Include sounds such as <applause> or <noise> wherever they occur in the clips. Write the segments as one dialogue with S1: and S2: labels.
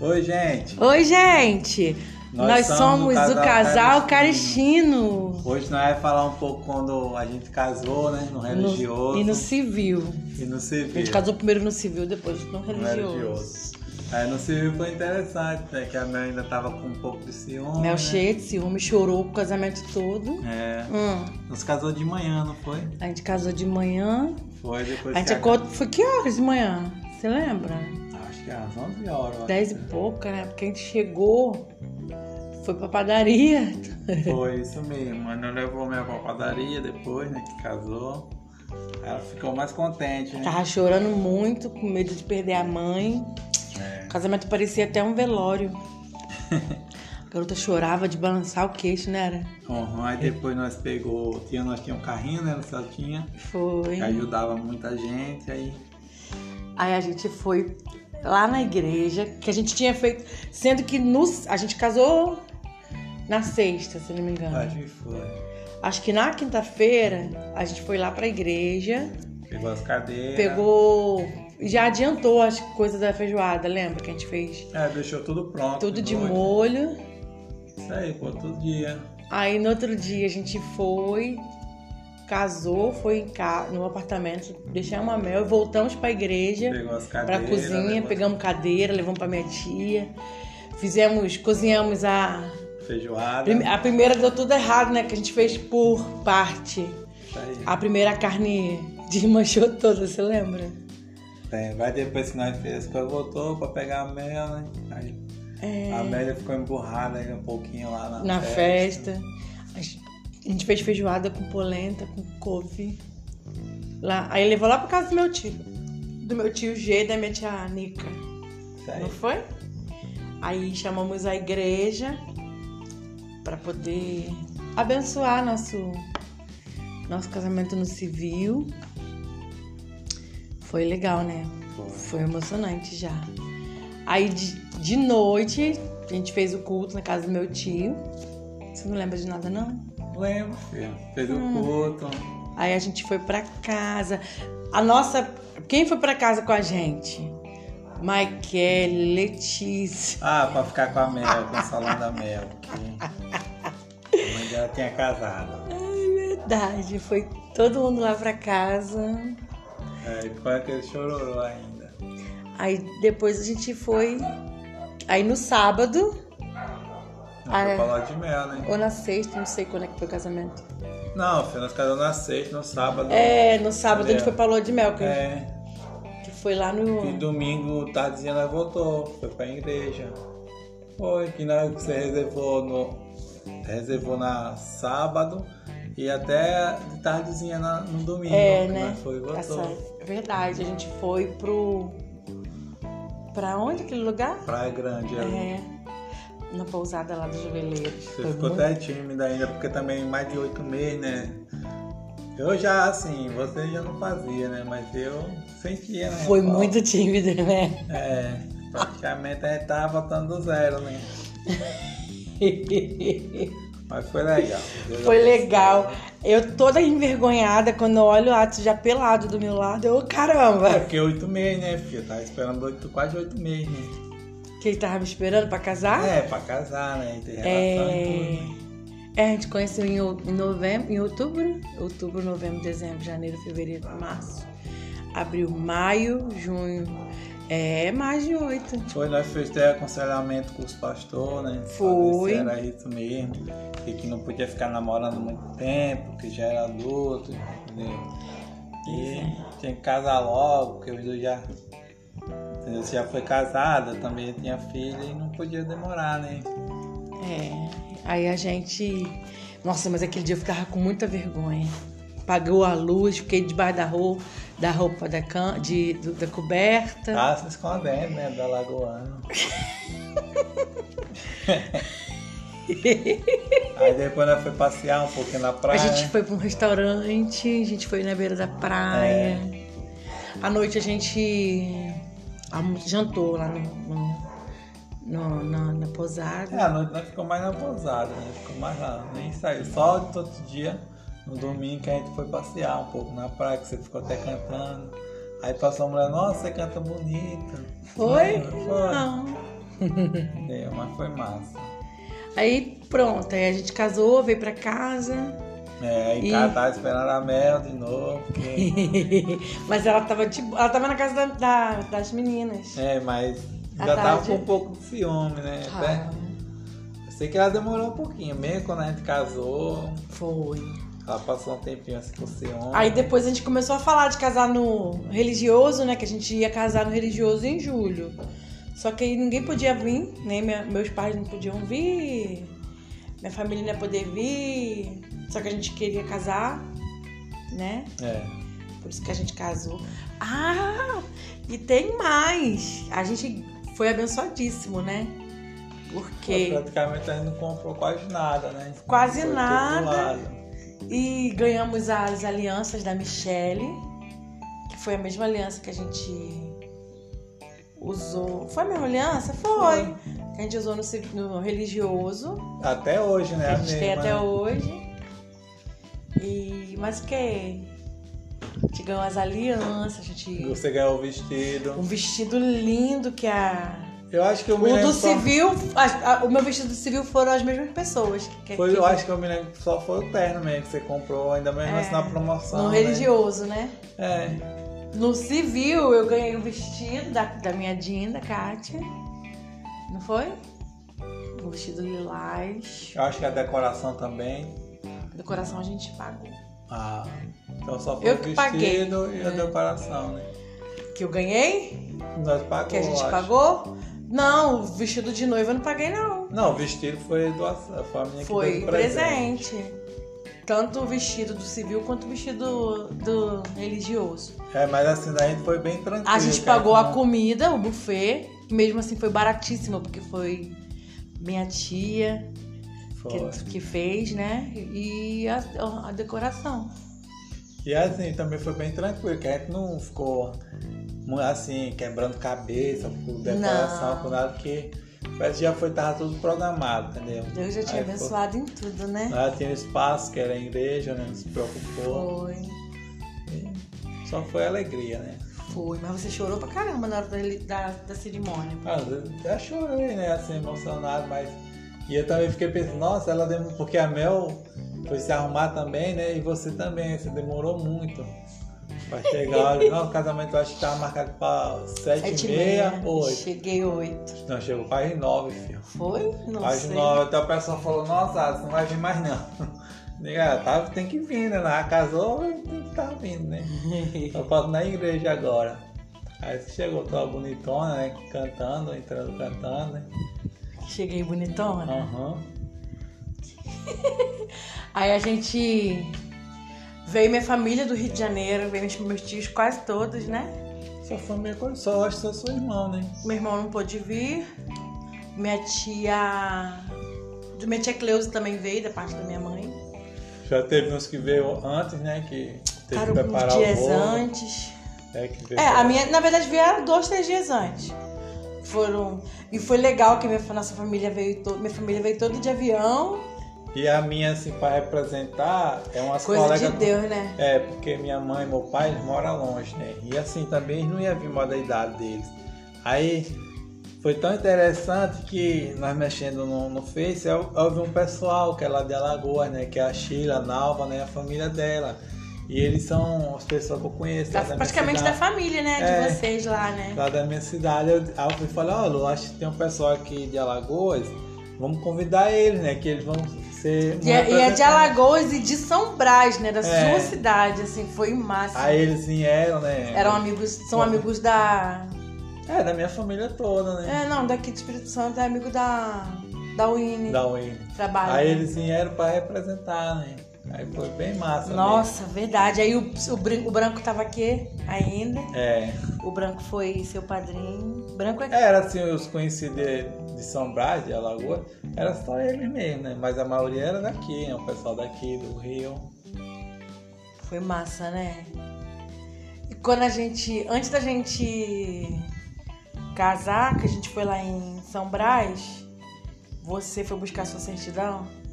S1: Oi, gente!
S2: Oi, gente! Nós, somos, o casal Caristino.
S1: Hoje nós vamos falar um pouco quando a gente casou, né? No
S2: No-
S1: religioso
S2: E no civil.
S1: e no civil.
S2: A gente casou primeiro no civil, depois no
S1: No
S2: É. religioso.
S1: Aí É, no civil foi interessante, né? Que a Mel ainda tava com um pouco de ciúme.
S2: Mel
S1: né?
S2: cheia de ciúme, chorou pro casamento todo.
S1: É.
S2: Hum,
S1: Nos casou de manhã, não foi?
S2: a gente casou de manhã.
S1: Foi depois
S2: A gente
S1: que
S2: acordou. Foi que horas de manhã? Você lembra?
S1: Acho que às 11 horas. eu
S2: Dez e
S1: acho.
S2: pouca, né? Porque a gente chegou, foi pra padaria.
S1: né? Foi isso mesmo. Aí nós levou minha avó pra padaria depois, né? Que casou. Ela ficou mais contente, né?
S2: Tava chorando muito, com medo de perder a mãe.
S1: É.
S2: O casamento parecia até um velório. A garota chorava de balançar o queixo, né? Era?
S1: Uhum, aí depois nós pegou, tinha, nós tinha um carrinho, né, só tinha,
S2: Foi.
S1: que ajudava muita gente, aí
S2: Aí a gente foi lá na igreja, que a gente tinha feito. Sendo que nos, a gente casou na sexta, se não me engano.
S1: acho que foi.
S2: Acho que na quinta-feira a gente foi lá pra igreja,
S1: Pegou as cadeiras.
S2: pegou. Já adiantou as coisas da feijoada, lembra que a gente fez?
S1: É, deixou tudo pronto.
S2: Tudo de
S1: noite.
S2: molho.
S1: Isso aí, pô, todo dia.
S2: Aí no outro dia a gente foi, casou, foi em ca... no apartamento, deixamos a Mel e voltamos pra igreja,
S1: Pegou as
S2: pra
S1: cadeiras.
S2: cozinha,
S1: levou
S2: pegamos cadeira, levamos pra minha tia. Fizemos, cozinhamos a.
S1: Feijoada.
S2: prime- A primeira deu tudo errado, né? Que a gente fez por parte.
S1: Isso aí.
S2: A primeira a carne <laughs> desmanchou toda, você lembra?
S1: Tem, É, Vai depois que nós fez, quando voltou pra pegar a Mel, né? Aí a Amélia ficou emburrada aí um pouquinho lá na,
S2: É. Na festa. A gente- A gente fez feijoada com polenta, com couve. Lá. Aí levou lá pra casa do meu tio. Do meu tio G e da minha tia Nica.
S1: Isso aí.
S2: Não foi? Aí chamamos a igreja pra poder abençoar nosso, nosso casamento no civil. Foi legal, né?
S1: Foi.
S2: Foi emocionante já. Aí de, de noite a gente fez o culto na casa do meu tio. Você não lembra de nada, não?
S1: Lembro, filho. Fez
S2: Hum.
S1: o culto.
S2: Aí a gente foi pra casa. A nossa. Quem foi pra casa com a gente? Maikele, Letícia. <laughs>
S1: Ah, pra ficar com a Mel, consolando a Mel. Que... A mãe dela tinha casado.
S2: Verdade, foi todo mundo lá pra casa.
S1: Aí ficou É, aquele chororô ainda.
S2: Aí depois a gente foi. Aí no sábado,
S1: Não
S2: Ah,
S1: foi
S2: é.
S1: pra Lua de Mel, né?
S2: ou na sexta, não sei quando é que foi o casamento.
S1: Não, filho, nós casamos na sexta, no sábado.
S2: É, no sábado a gente
S1: É.
S2: foi pra Lua de Mel, que,
S1: É.
S2: que foi lá
S1: E
S2: no.
S1: domingo, tardezinha, nós voltou. Foi pra igreja. Foi, que nós que você reservou no. Reservou na sábado e até de tardezinha na- no domingo.
S2: É,
S1: que
S2: né?
S1: Nós foi e voltou.
S2: Essa... é Verdade, a gente foi pro. Pra onde aquele lugar?
S1: Praia Grande ali.
S2: É. Na pousada lá dos Juveleiros.
S1: É. Você ficou até tímida ainda, porque também mais de oito meses, né? Eu já, assim, você já não fazia, né? Mas eu sentia, né?
S2: Foi
S1: Fal-
S2: muito tímido, né? <laughs>
S1: É, praticamente a gente tava voltando do zero, né? Mas foi legal.
S2: Foi legal.
S1: né?
S2: Eu toda envergonhada quando eu olho o Atos já pelado do meu lado. Eu,
S1: É
S2: caramba!
S1: porque oito meses, né, filho? Eu Tava esperando oito, quase oito meses, né?
S2: Que ele tava me esperando pra casar?
S1: É, pra casar, né? E ter relação e
S2: Ah?
S1: tudo.
S2: É.
S1: né?
S2: É, a gente conheceu em, o- em novembro, em outubro, outubro, novembro, dezembro, janeiro, fevereiro, março, abril, maio, junho. É mais de oito.
S1: Foi, nós fizemos até aconselhamento com os pastores, né?
S2: Foi.
S1: Pra ver se era isso mesmo. E que não podia ficar namorando muito tempo, que já era adulto, entendeu?
S2: é.
S1: E tinha que casar logo, porque os dois já. Entendeu? Você já foi casada, também tinha filha e não podia demorar, né?
S2: É. Aí a gente. Nossa, mas aquele dia eu ficava com muita vergonha. Apagou a luz, fiquei debaixo da roupa, da roupa da, can... de, do- da coberta.
S1: <laughs> Tá se escondendo, né? Da Lagoana. Aí depois nós foi passear um pouquinho na praia.
S2: A gente
S1: né?
S2: foi pra um restaurante, a gente foi na beira da praia. À noite a gente almo- jantou lá no, no- no- na, na
S1: É,
S2: pousada.
S1: a noite nós ficou mais na pousada, né? Ficou mais lá, nem saiu. Só de outro dia, no domingo, que a gente foi passear um pouco na praia, que você ficou até cantando. Aí passou a mulher, nossa, você canta bonito.
S2: Foi?
S1: <laughs> Foi.
S2: Não.
S1: É, mas foi massa.
S2: Aí pronto, aí a gente casou, veio pra casa.
S1: É, aí
S2: E-
S1: cara tava esperando a Mel de novo.
S2: <laughs>
S1: Porque...
S2: Mas ela tava de- ela tava na casa da- da- das meninas.
S1: É, mas
S2: À
S1: já tava
S2: tarde.
S1: com um pouco de ciúme, né?
S2: Ah,
S1: Eu sei que ela demorou um pouquinho, mesmo quando a gente casou,
S2: foi.
S1: ela passou um tempinho assim com ciúme.
S2: Aí depois a gente começou a falar de casar no religioso, né? Que a gente ia casar no religioso em julho. Só que aí ninguém podia vir, nem minha- meus pais não podiam vir, minha família não ia poder vir. Só que a gente queria casar, né?
S1: É.
S2: Por isso que a gente casou. Ah! E tem mais! A gente foi abençoadíssimo, né?
S1: Mas
S2: Porque.
S1: Praticamente a gente não comprou quase nada, né?
S2: Quase
S1: Foi tudo
S2: nada.
S1: lado.
S2: E ganhamos as alianças da Michelle, que foi a mesma aliança que a gente usou. Foi a mesma aliança? Foi. Que a gente usou no, ci- no religioso,
S1: Até hoje,
S2: que
S1: né?
S2: a gente tem
S1: mesma,
S2: até
S1: né?
S2: hoje. E mas o que? A gente ganhou as alianças, a gente.
S1: Você ganhou o vestido.
S2: Um vestido lindo que a.
S1: Eu acho que eu
S2: O
S1: me lembro.
S2: do
S1: só-
S2: civil, a- a- o meu vestido civil foram as mesmas pessoas. Que, que-
S1: Foi,
S2: que-
S1: eu acho que eu me lembro que só foi o terno mesmo que você comprou, ainda mesmo
S2: É,
S1: assim na promoção.
S2: no
S1: né?
S2: religioso, né?
S1: É.
S2: No civil, eu ganhei o vestido da, da minha Dinda, Kátia. Não foi? O vestido lilás.
S1: Eu acho que a decoração também.
S2: Do coração a gente pagou.
S1: Ah. Então só foi
S2: Eu
S1: o
S2: que
S1: vestido
S2: paguei. É.
S1: e a decoração, né?
S2: Que eu ganhei?
S1: Nós pagamos.
S2: Que a gente
S1: eu acho.
S2: pagou? Não, o vestido de noiva eu não paguei, não.
S1: Não, o vestido foi doação. Foi a minha É que
S2: Foi
S1: deu de
S2: presente. Tanto o vestido do civil quanto o vestido do religioso.
S1: É, mas assim, daí foi bem tranquilo.
S2: A gente
S1: que aí
S2: pagou a
S1: não-
S2: comida, o buffet. que Mesmo assim foi baratíssimo, porque foi minha tia.
S1: né? Foi.
S2: que, que fez, né? E a, a decoração.
S1: E assim, também foi bem tranquilo, que a gente não ficou mu- assim, quebrando cabeça por decoração,
S2: Não.
S1: por nada, porque parece que já foi, tava tudo programado, entendeu?
S2: Deus já tinha
S1: Aí
S2: abençoado em tudo,
S1: Foi,
S2: né?
S1: ela tinha um espaço, que era a igreja, né? Não se preocupou.
S2: Foi.
S1: Só foi alegria, né?
S2: Foi. Mas você chorou pra caramba na hora da, da, da cerimônia.
S1: Ah, eu já chorei, né? Assim, emocionado, mas. E eu também fiquei pensando, nossa, ela demorou. Porque a Mel foi se arrumar também, né? E você também, você demorou muito. Pra chegar, <laughs> olha, não, o casamento eu acho que tava marcado pra sete e meia, oito.
S2: Cheguei oito.
S1: Não, chegou quase nove, filho.
S2: Foi? Não
S1: Quase
S2: sei.
S1: nove, até então o pessoal falou, nossa, você não vai vir mais não. <laughs> Diga, tá, tem que vir, né? Ela casou, tem que estar vindo,
S2: <laughs>
S1: né? Só falta na igreja agora. Aí você chegou toda bonitona, né? Cantando, entrando, cantando, né?
S2: Cheguei bonitona.
S1: Aham.
S2: Aí a gente... Veio minha família do Rio de Janeiro, veio meus, meus tios quase todos, né?
S1: Sua família conhece, só acho que sou seu irmão, né?
S2: Meu irmão não pôde vir. Minha tia... Minha tia Cleusa também veio, da parte da minha mãe.
S1: Já teve uns que veio antes, né? Que teve
S2: Cara,
S1: que
S2: uns
S1: preparar o
S2: dias
S1: bolo.
S2: antes.
S1: É, que veio
S2: É, a minha, na verdade, vieram dois, três dias antes. Foram. E foi legal que minha, nossa família veio to, Minha família veio toda de avião.
S1: E a minha, assim, pra representar, é umas
S2: Coisa de
S1: colegas...
S2: Deus, né?
S1: É, porque minha mãe e meu pai eles moram longe, né? E assim, também eles não ia vir mais da idade deles. Aí foi tão interessante que nós mexendo no, no Face, eu, eu vi um pessoal que é lá de Alagoas, né? Que é a Sheila, a Nalva, né? A família dela. E eles são as pessoas que eu conheço. lá
S2: Da-
S1: da minha
S2: Tá praticamente da
S1: cidade.
S2: família, né?
S1: É.
S2: De vocês lá, né?
S1: Lá da minha cidade. Eu, aí eu fui falar, olha, eu acho que tem um pessoal aqui de Alagoas, vamos convidar eles, né? Que eles vão ser. um
S2: E, é- e é de
S1: representante.
S2: Alagoas e de São Brás, né? Da
S1: É.
S2: sua cidade, assim, foi o máximo.
S1: Aí eles vieram, né?
S2: Eram amigos, são
S1: Bom.
S2: amigos da.
S1: É, da minha família toda, né?
S2: É, não, daqui do Espírito Santo é amigo da. Da Winnie. né?
S1: Da Wayne.
S2: Trabalho.
S1: um Aí eles vieram pra representar, né? Aí foi bem massa. né?
S2: Nossa, verdade. Aí o, o, brin- o branco tava aqui ainda.
S1: mesmo. É.
S2: O branco foi seu padrinho. Branco é.
S1: Era assim, os conhecidos de, de São Brás, de Alagoas, era só eles mesmo, né? Mas a maioria era daqui, né? O pessoal daqui, do Rio.
S2: Foi massa, né? E quando a gente. Antes da gente casar, que a gente foi lá em São Brás, você foi buscar sua certidão? <laughs>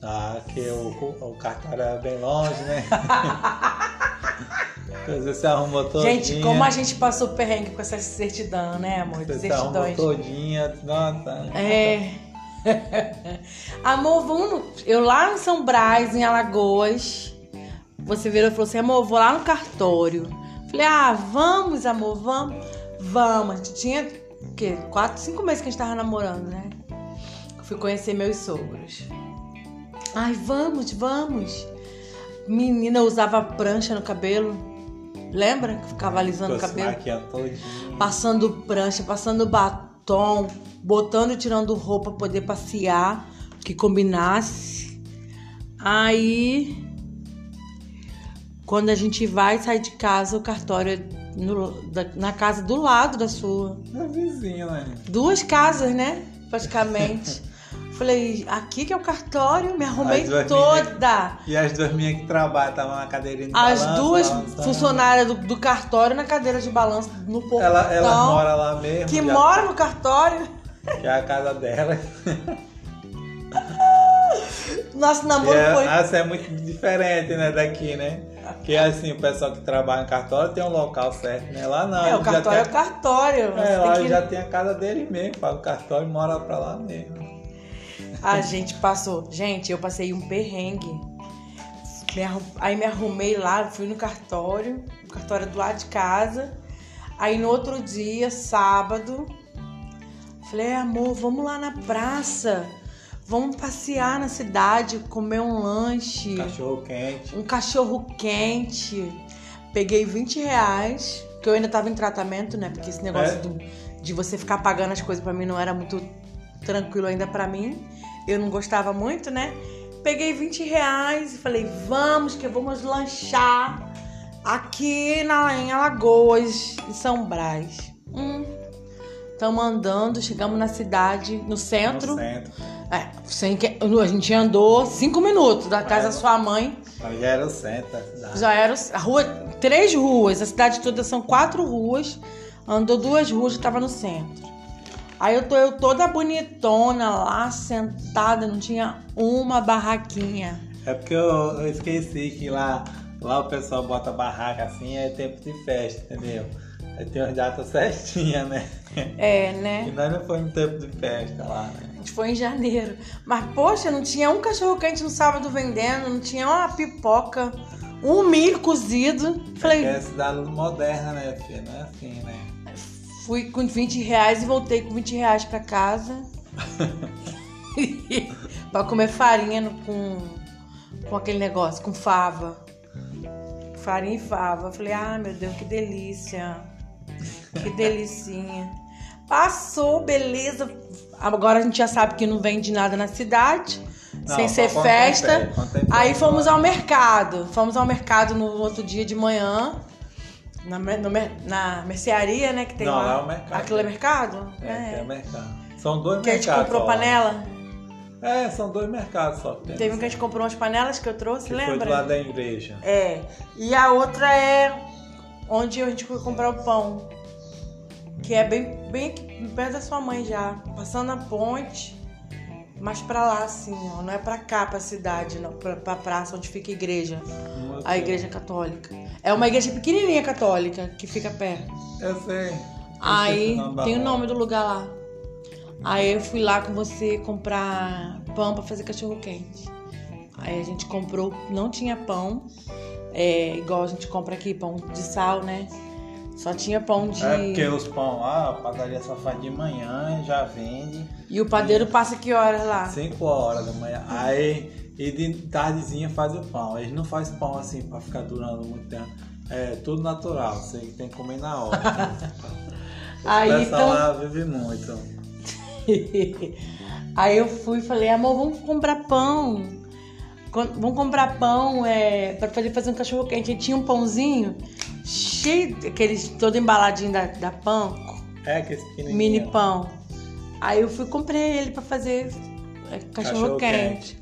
S1: Ah, que o, o cartório era bem longe, né? Você se arrumou todinha.
S2: Gente, como a gente passou perrengue com essa certidão, né, amor?
S1: Você tá se arrumou
S2: Certidões.
S1: todinha. Nossa. né?
S2: É. <laughs> amor, vamos. no- Eu lá em São Brás, em Alagoas, você virou e falou assim: amor, eu vou lá no cartório. Falei: ah, vamos, amor, vamos. Vamos. A gente tinha, o quê? Quatro, cinco meses que a gente tava namorando, né? Fui conhecer meus sogros. Ai, vamos, vamos. Menina, eu usava prancha no cabelo. Lembra que ficava alisando o
S1: Ficou assim, se
S2: cabelo?
S1: maquiando todinha.
S2: passando prancha, passando batom, botando e tirando roupa pra poder passear, que combinasse. Aí, quando a gente vai sair de casa, o cartório é no- da- na casa do lado da sua.
S1: Meu vizinho, né?
S2: Duas casas, né?
S1: <laughs>
S2: Praticamente. Falei, aqui que é o cartório, me arrumei
S1: As duas
S2: toda.
S1: E as duas minhas que trabalham, estavam na cadeirinha de
S2: As
S1: balanço,
S2: duas
S1: balançando.
S2: funcionárias do, do cartório na cadeira de balanço no portão.
S1: Ela, ela mora lá mesmo.
S2: Então, que
S1: já-
S2: mora no cartório.
S1: Que é a casa dela.
S2: Nosso
S1: E
S2: namoro
S1: é,
S2: foi.
S1: assim, é muito diferente, né, daqui, né? Porque assim, o pessoal que trabalha no cartório tem um local certo, né? Lá não.
S2: É, o
S1: eles já
S2: cartório é o
S1: têm-
S2: cartório.
S1: É,
S2: Você
S1: lá
S2: tem que-
S1: já tem a casa dele mesmo, fala o cartório e mora pra lá mesmo.
S2: A gente passou. Gente, eu passei um perrengue. Me arru- Aí me arrumei lá, fui no cartório. O cartório é do lado de casa. Aí no outro dia, sábado, falei, "É, amor, vamos lá na praça. Vamos passear na cidade, comer um lanche.
S1: Cachorro quente.
S2: um cachorro quente. Peguei 20 reais, que eu ainda tava em tratamento, né? Porque esse negócio
S1: É.
S2: do- de você ficar pagando as coisas pra mim não era muito tranquilo ainda pra mim. Eu não gostava muito, né? Peguei 20 reais e falei, vamos que vamos lanchar aqui na, em Alagoas, em São Brás. Hum. Tamo andando, chegamos na cidade, no centro.
S1: No centro.
S2: É, sem que- a gente andou cinco minutos
S1: É.
S2: da casa da sua mãe
S1: Mas já era o centro da cidade.
S2: já era a rua, três ruas, a cidade toda são quatro ruas. Andou duas ruas e tava no centro. Aí eu tô eu toda bonitona lá, sentada, não tinha uma barraquinha.
S1: É porque eu, eu esqueci que lá, lá o pessoal bota barraca assim, é tempo de festa, entendeu? Aí tem as datas certinhas, né?
S2: É,
S1: E
S2: né?
S1: nós não foi no tempo de festa lá, né?
S2: A gente foi em janeiro. Mas, poxa, não tinha um cachorro quente no sábado vendendo, não tinha uma pipoca, um milho cozido. Falei,
S1: Porque é cidade moderna, né, filha? Não é assim, né?
S2: Fui com 20 reais e voltei com 20 reais
S1: <laughs>
S2: pra casa. pra comer farinha no- com, com aquele negócio, com fava. Farinha e fava. Falei, ah, meu Deus, que delícia. Que delicinha. Passou, beleza. Agora a gente já sabe que não vende nada na cidade,
S1: Não,
S2: sem
S1: só
S2: ser
S1: quando tem
S2: festa.
S1: festa, quando tem
S2: Aí
S1: festa,
S2: fomos
S1: lá.
S2: ao mercado. Fomos ao mercado no outro dia de manhã. Na, mer- no mer- na mercearia, né? Que tem
S1: Não,
S2: lá.
S1: lá é o mercado.
S2: Aquilo é mercado?
S1: É, que é mercado. São dois
S2: Que a gente
S1: mercados.
S2: comprou
S1: só lá.
S2: panela.
S1: É, são dois mercados só. que tem.
S2: Teve um que a gente comprou umas panelas que eu trouxe,
S1: que foi do
S2: lembra?
S1: lado da igreja.
S2: É. E a outra é onde a gente foi comprar o pão. Que é bem, bem aqui perto da sua mãe já. Passando a ponte, mas pra lá, assim, ó. Não é pra cá, pra cidade, não. Pra, pra praça onde fica a igreja.
S1: Não
S2: A
S1: sei.
S2: igreja católica. É uma igreja pequenininha católica que fica perto.
S1: Eu sei.
S2: Aí
S1: Eu sei da
S2: tem o
S1: rua.
S2: nome do lugar lá. Aí eu fui lá com você comprar pão pra fazer cachorro quente. Aí a gente comprou, não tinha pão, é, igual a gente compra aqui, pão de sal, né? Só tinha pão de.
S1: É porque os pão lá, a padaria só faz de manhã, já vende.
S2: E o padeiro passa que horas lá?
S1: 5 horas da manhã. Aí, e de tardezinha faz o pão. Eles não fazem pão assim pra ficar durando muito tempo. É tudo natural, você tem que comer na hora.
S2: Aí,
S1: o pessoal
S2: então-
S1: lá vive muito.
S2: <laughs> Aí eu fui e falei, amor, vamos comprar pão. Quan- Vamos comprar pão é, pra fazer, fazer um cachorro quente. E tinha um pãozinho cheio, aqueles todo embaladinho da, da pão,
S1: É que esse pequenininho.
S2: mini pão. Aí eu fui e comprei ele pra fazer é, cachorro quente.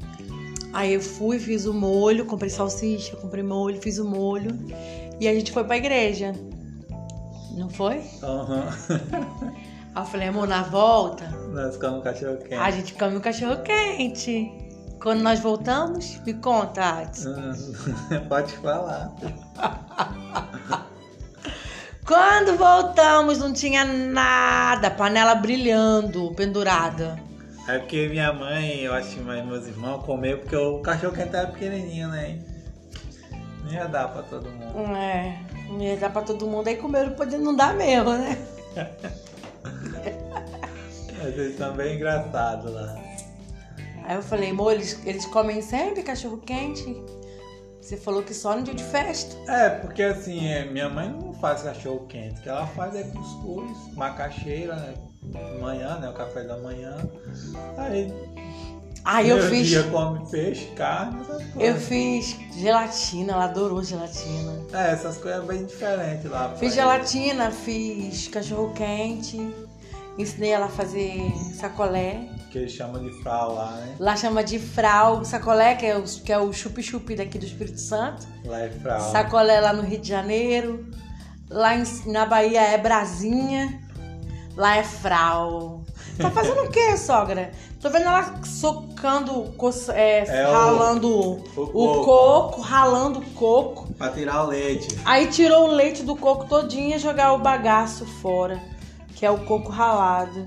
S2: Aí eu fui, fiz o molho, comprei salsicha, comprei molho, fiz o molho. E a gente foi pra igreja. Não foi?
S1: Aham. <laughs>
S2: Aí eu falei, amor, na volta,
S1: Nós ficamos cachorro quente.
S2: a gente come um cachorro quente. Quando
S1: <laughs>
S2: nós voltamos, me conta, Ades.
S1: Hum, Pode falar.
S2: Quando voltamos, não tinha nada, panela brilhando, pendurada.
S1: É porque minha mãe, eu acho, mas meus irmãos comeu porque o cachorro quente era pequenininho, né? Não ia dar pra todo mundo.
S2: É, não ia dar pra todo mundo, aí comeram podendo não dar mesmo, né?
S1: Mas eles são bem engraçados lá.
S2: Aí eu falei, amor, eles, eles comem sempre cachorro quente? Você falou que só no dia de festa.
S1: É, porque assim, é, minha mãe não faz cachorro quente, o que ela faz é cuscuz, macaxeira, né? de manhã, né? O café da manhã. Aí,
S2: Aí eu
S1: primeiro
S2: fiz,
S1: dia come peixe, carne, essas coisas.
S2: eu fiz gelatina, ela adorou gelatina.
S1: É, essas coisas é bem diferente lá. pra
S2: Fiz
S1: eles.
S2: gelatina, fiz cachorro quente, ensinei ela a fazer sacolé.
S1: Que eles chamam de frau lá, né?
S2: Lá chama de frau, sacolé, que é o que é o chup-chup daqui do Espírito Santo.
S1: Lá é frau.
S2: Sacolé lá no Rio de Janeiro. Lá em- na Bahia é brasinha. Lá é frau. Tá fazendo o quê, sogra? Tô vendo ela socando, coça- é,
S1: É o-
S2: ralando o,
S1: coco.
S2: coco, ralando o coco.
S1: Pra tirar o leite.
S2: Aí tirou o leite do coco todinho e jogar o bagaço fora, que é o coco ralado.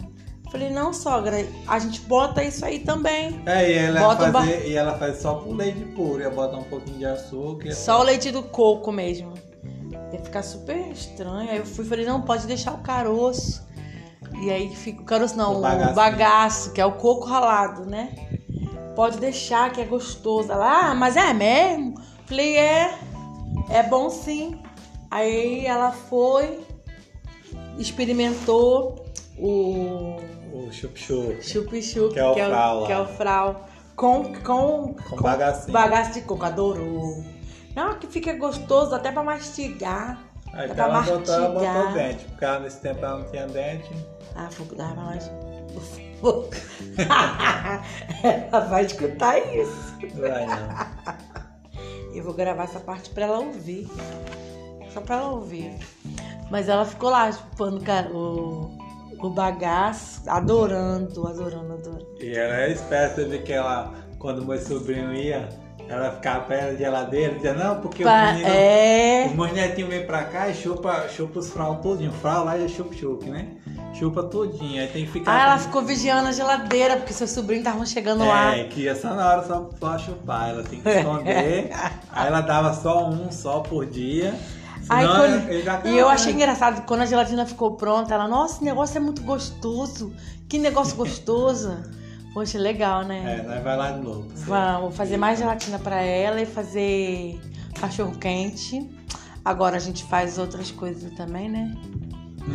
S2: Falei, não, sogra, a gente bota isso aí também.
S1: É, e ela,
S2: Bota
S1: fazer,
S2: um ba-
S1: e ela faz só com leite puro, ia botar um pouquinho de açúcar.
S2: Só o leite do coco mesmo. Ia ficar super estranho. Aí eu fui e falei, não, pode deixar o caroço. E aí fica. O caroço não,
S1: O
S2: o
S1: bagaço.
S2: bagaço, que é o coco ralado, né? Pode deixar, que é gostoso. Ela, ah, mas é mesmo? Falei, é, é bom sim. Aí ela foi, experimentou o
S1: O chup-chup.
S2: chup-chup,
S1: Que é o
S2: que, é
S1: frau lá.
S2: o- que é o frau, com, com,
S1: Com bagacinho.
S2: Bagaço de coco, adorou. Não, que fica gostoso até pra mastigar.
S1: Aí
S2: dá
S1: que
S2: pra
S1: ela botou, ela
S2: mastigar.
S1: botou dente, porque ela, nesse tempo ela não tinha dente.
S2: Ah, vou dar pra mais. ela <laughs> vai escutar isso.
S1: Vai não.
S2: Eu vou gravar essa parte pra ela ouvir. Só pra ela ouvir. Mas ela ficou lá tipo, chupando cara, o, o bagaço, adorando, adorando, adorando.
S1: E ela é esperta de que ela, quando meu sobrinho ia, ela ficava perto da geladeira e dizia, não, porque o
S2: Pa-
S1: menino.
S2: é.
S1: Os meus netinhos vêm pra cá e chupa, chupa os frau todinho. Frau lá é chup-chup, né? Chupa todinho. Aí tem que ficar.
S2: Ah, ela
S1: com-
S2: ficou vigiando a geladeira, porque seus sobrinhos estavam chegando lá.
S1: Tá É, que ia só na hora só, só chupar, ela tem que
S2: <laughs>
S1: esconder. aí ela dava só um só por dia.
S2: Aí
S1: Senão
S2: quando-
S1: ele já
S2: E eu
S1: acabava.
S2: achei engraçado, quando a gelatina ficou pronta, ela, nossa, esse negócio é muito gostoso. Que negócio gostoso. <laughs> Poxa, legal, né?
S1: É, nós vai lá de novo.
S2: Vamos fazer mais gelatina pra ela e fazer cachorro quente. Agora a gente faz outras coisas também, né?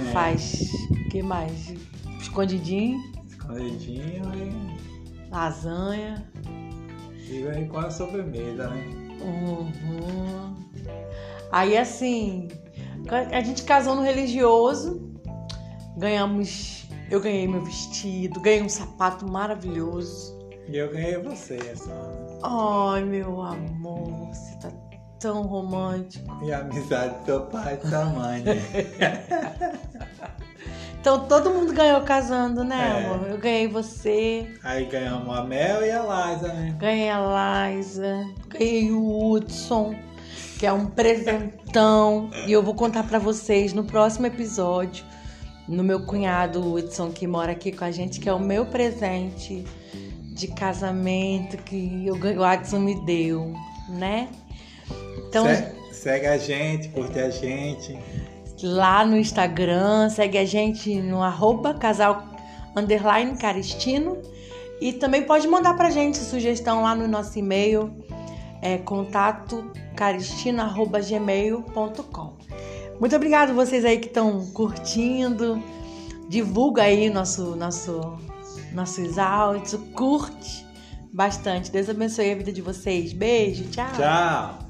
S1: É,
S2: Faz o que mais? Escondidinho,
S1: Escondidinho e.
S2: lasanha.
S1: E vem com a sobremesa, né?
S2: Uhum. Aí assim, a gente casou no religioso, ganhamos. Eu ganhei meu vestido, ganhei um sapato maravilhoso.
S1: E eu ganhei você, é só.
S2: Ai, meu amor, você tá tão romântico.
S1: E a amizade do teu pai e da tua mãe,
S2: <laughs>
S1: né?
S2: Então todo mundo ganhou casando, né,
S1: É.
S2: amor? Eu ganhei você,
S1: Aí ganhamos a Mel e a Liza, né?
S2: ganhei a Liza, ganhei o Hudson, que é um presentão. E eu vou contar pra vocês no próximo episódio, no meu cunhado Hudson, que mora aqui com a gente, que é o meu presente de casamento que eu, gan- o Hudson me deu, né? Então,
S1: Se- Segue a gente, curte a gente.
S2: lá no Instagram, segue a gente no arroba casal underline caristino e também pode mandar pra gente sugestão lá no nosso e-mail é contato caristino@gmail.com. Muito obrigado vocês aí que estão curtindo. Divulga aí nosso nosso nossos áudios, curte bastante. Deus abençoe a vida de vocês. Beijo,
S1: Tchau!